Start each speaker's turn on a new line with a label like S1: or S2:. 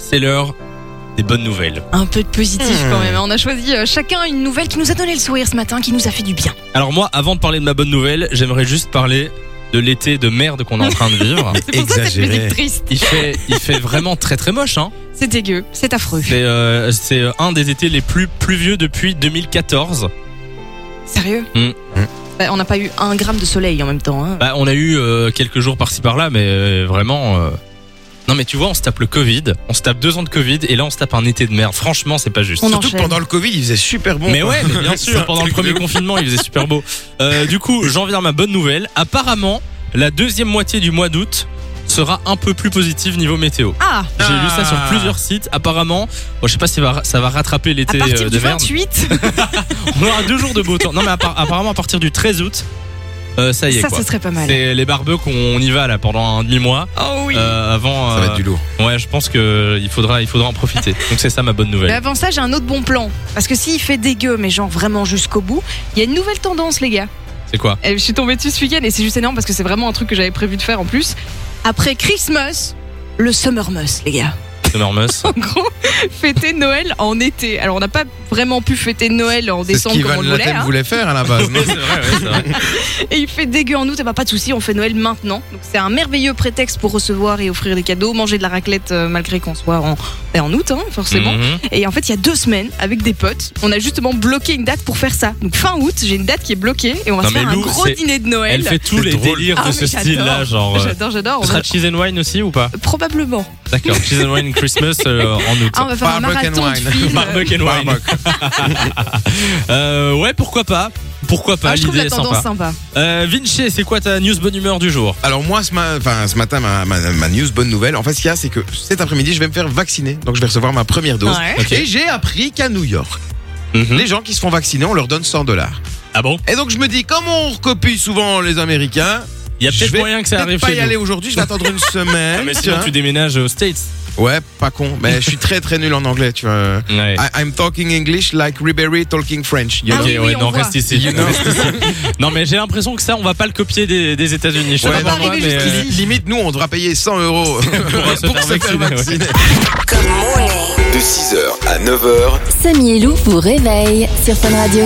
S1: c'est l'heure des bonnes nouvelles.
S2: Un peu de positif
S1: Hmm.
S2: quand même. On a choisi euh, chacun une nouvelle qui nous a donné le sourire ce matin, qui nous a fait du bien.
S1: Alors moi, avant de parler de ma bonne nouvelle, j'aimerais juste parler de l'été de merde qu'on est en train de vivre.
S2: C'est pour ça cette
S3: Exagéré.
S2: musique triste.
S1: Il fait, il fait vraiment très très moche. Hein.
S2: C'est dégueu, c'est affreux.
S1: C'est euh, c'est, euh, un des étés les plus pluvieux depuis 2014.
S2: Sérieux
S1: Mm.
S2: Bah, On n'a pas eu un gramme de soleil en même temps. hein.
S1: Bah, on a eu euh, quelques jours par-ci par-là, mais euh, vraiment. euh, Non mais tu vois, on se tape le Covid, on se tape deux ans de Covid, et là on se tape un été de merde. Franchement, c'est pas juste.
S2: On
S3: Surtout que
S2: enchaîne.
S3: pendant le Covid, il faisait super bon.
S1: Mais
S3: quoi.
S1: ouais, mais bien
S3: Mm. C'est un
S1: sûr. Pendant le
S3: truc
S1: premier
S3: de ouf.
S1: confinement, il faisait super beau. Euh, du coup, j'en viens à ma bonne nouvelle. Apparemment, la deuxième moitié du mois d'août sera un peu plus positive niveau météo.
S2: Ah
S1: J'ai lu ça sur
S3: Ah.
S1: plusieurs sites. Apparemment, bon, je sais pas si ça va, ça va rattraper
S2: à
S1: l'été
S2: partir
S1: euh,
S2: du
S1: de merde.
S2: 28,
S1: On aura deux jours de beau temps. Non, mais appar- apparemment, à partir du 13 août, euh, ça y est
S2: ça,
S1: quoi.
S2: ce serait pas mal.
S1: C'est les barbecues qu'on y va là pendant un demi-mois.
S2: Oh oui
S1: Euh, avant,
S3: Ça va
S1: euh,
S3: être du lourd.
S1: ouais, je pense que il faudra, il faudra en profiter. Donc c'est ça ma bonne
S2: Mais
S1: nouvelle.
S2: avant ça, j'ai un autre bon plan. Parce que s'il fait dégueu, mais genre vraiment jusqu'au bout, il y a une nouvelle tendance, les gars.
S1: C'est quoi
S2: Et je suis tombée dessus ce week-end et c'est juste énorme parce que c'est vraiment un truc que j'avais prévu de faire en plus. Après Christmas, le Summer Muss, les gars.
S1: Enormous.
S2: En gros, fêter Noël en été. Alors, on n'a pas vraiment pu fêter Noël en
S3: C'est ce
S2: décembre comme on
S3: qu'Ivan
S2: le voulait.
S3: Latem
S2: hein.
S3: voulait faire à la base. non
S1: Ouais, c'est vrai, ouais, c'est vrai.
S2: Et il fait dégueu en août, et bah pas de souci, on fait Noël maintenant. Donc c'est un merveilleux prétexte pour recevoir et offrir des cadeaux, manger de la raclette euh, malgré qu'on soit en, ben, en août, hein, forcément.
S1: Mhm.
S2: Et en fait, il y a deux semaines, avec des potes, on a justement bloqué une date pour faire ça. Donc fin août, j'ai une date qui est bloquée et on va
S1: Non,
S2: se faire
S1: mais
S2: un
S1: Lou,
S2: gros
S1: c'est-
S2: dîner de Noël.
S1: Elle fait tous
S3: C'est
S1: les
S3: drôle.
S1: délires de
S2: Ah, mais
S1: ce style-là,
S2: j'adore.
S1: genre. euh,
S2: J'adore, j'adore.
S1: Ce
S2: on
S1: sera
S2: va-
S1: cheese and wine aussi ou pas
S2: Probablement.
S1: D'accord, cheese and wine Christmas euh, en août.
S2: Ah, on va faire un
S3: Barbecue and
S2: marathon de
S3: wine.
S2: films.
S1: Barbecue and wine.
S3: Barbecue.
S1: Euh, ouais, pourquoi pas Pourquoi pas
S2: Ah, je trouve
S1: L'idée
S2: la
S1: est
S2: tendance hein.
S1: sympa.
S2: sympa.
S1: Euh, Vinci, c'est quoi ta news bonne humeur du jour
S3: Alors moi, ce, ma- enfin, ce matin, ma, ma- ma news, bonne nouvelle. En fait, ce qu'il y a, c'est que cet après-midi, je vais me faire vacciner. Donc, je vais recevoir ma première dose.
S2: Ouais.
S1: Ok.
S3: Et j'ai appris qu'à New York,
S1: Mhm.
S3: les gens qui se font vacciner, on leur donne 100 dollars.
S1: Ah bon
S3: Et donc, je me dis, comme on recopie souvent les Américains,
S1: Il y a
S3: Je
S1: peut-être
S3: vais
S1: moyen que ça
S3: peut-être
S1: arrive
S3: pas
S1: chez
S3: y
S1: nous.
S3: aller aujourd'hui, je vais attendre une semaine.
S1: Ah, mais sinon,
S3: tiens.
S1: tu déménages aux States.
S3: Ouais, pas con. Mais je suis très très nul en anglais, tu vois.
S1: Ouais.
S3: I- I'm talking English like Ribéry talking French.
S2: Ah
S3: you know.
S1: Ah, Ok,
S2: oui, oui,
S1: ouais,
S2: on
S1: non,
S2: voit.
S1: reste ici. Non, reste ici. Non, mais j'ai l'impression que ça, on va pas le copier des, des États-Unis. Je sais
S3: Ouais,
S1: pas
S3: non,
S1: pourquoi,
S2: mais
S1: mais. euh,
S2: jusqu'ici.
S3: Li- Limite, nous, on devra payer 100 euros
S1: se faire vacciner,
S4: De 6h à 9h,
S5: Samy et Lou vous réveille sur Fun Radio.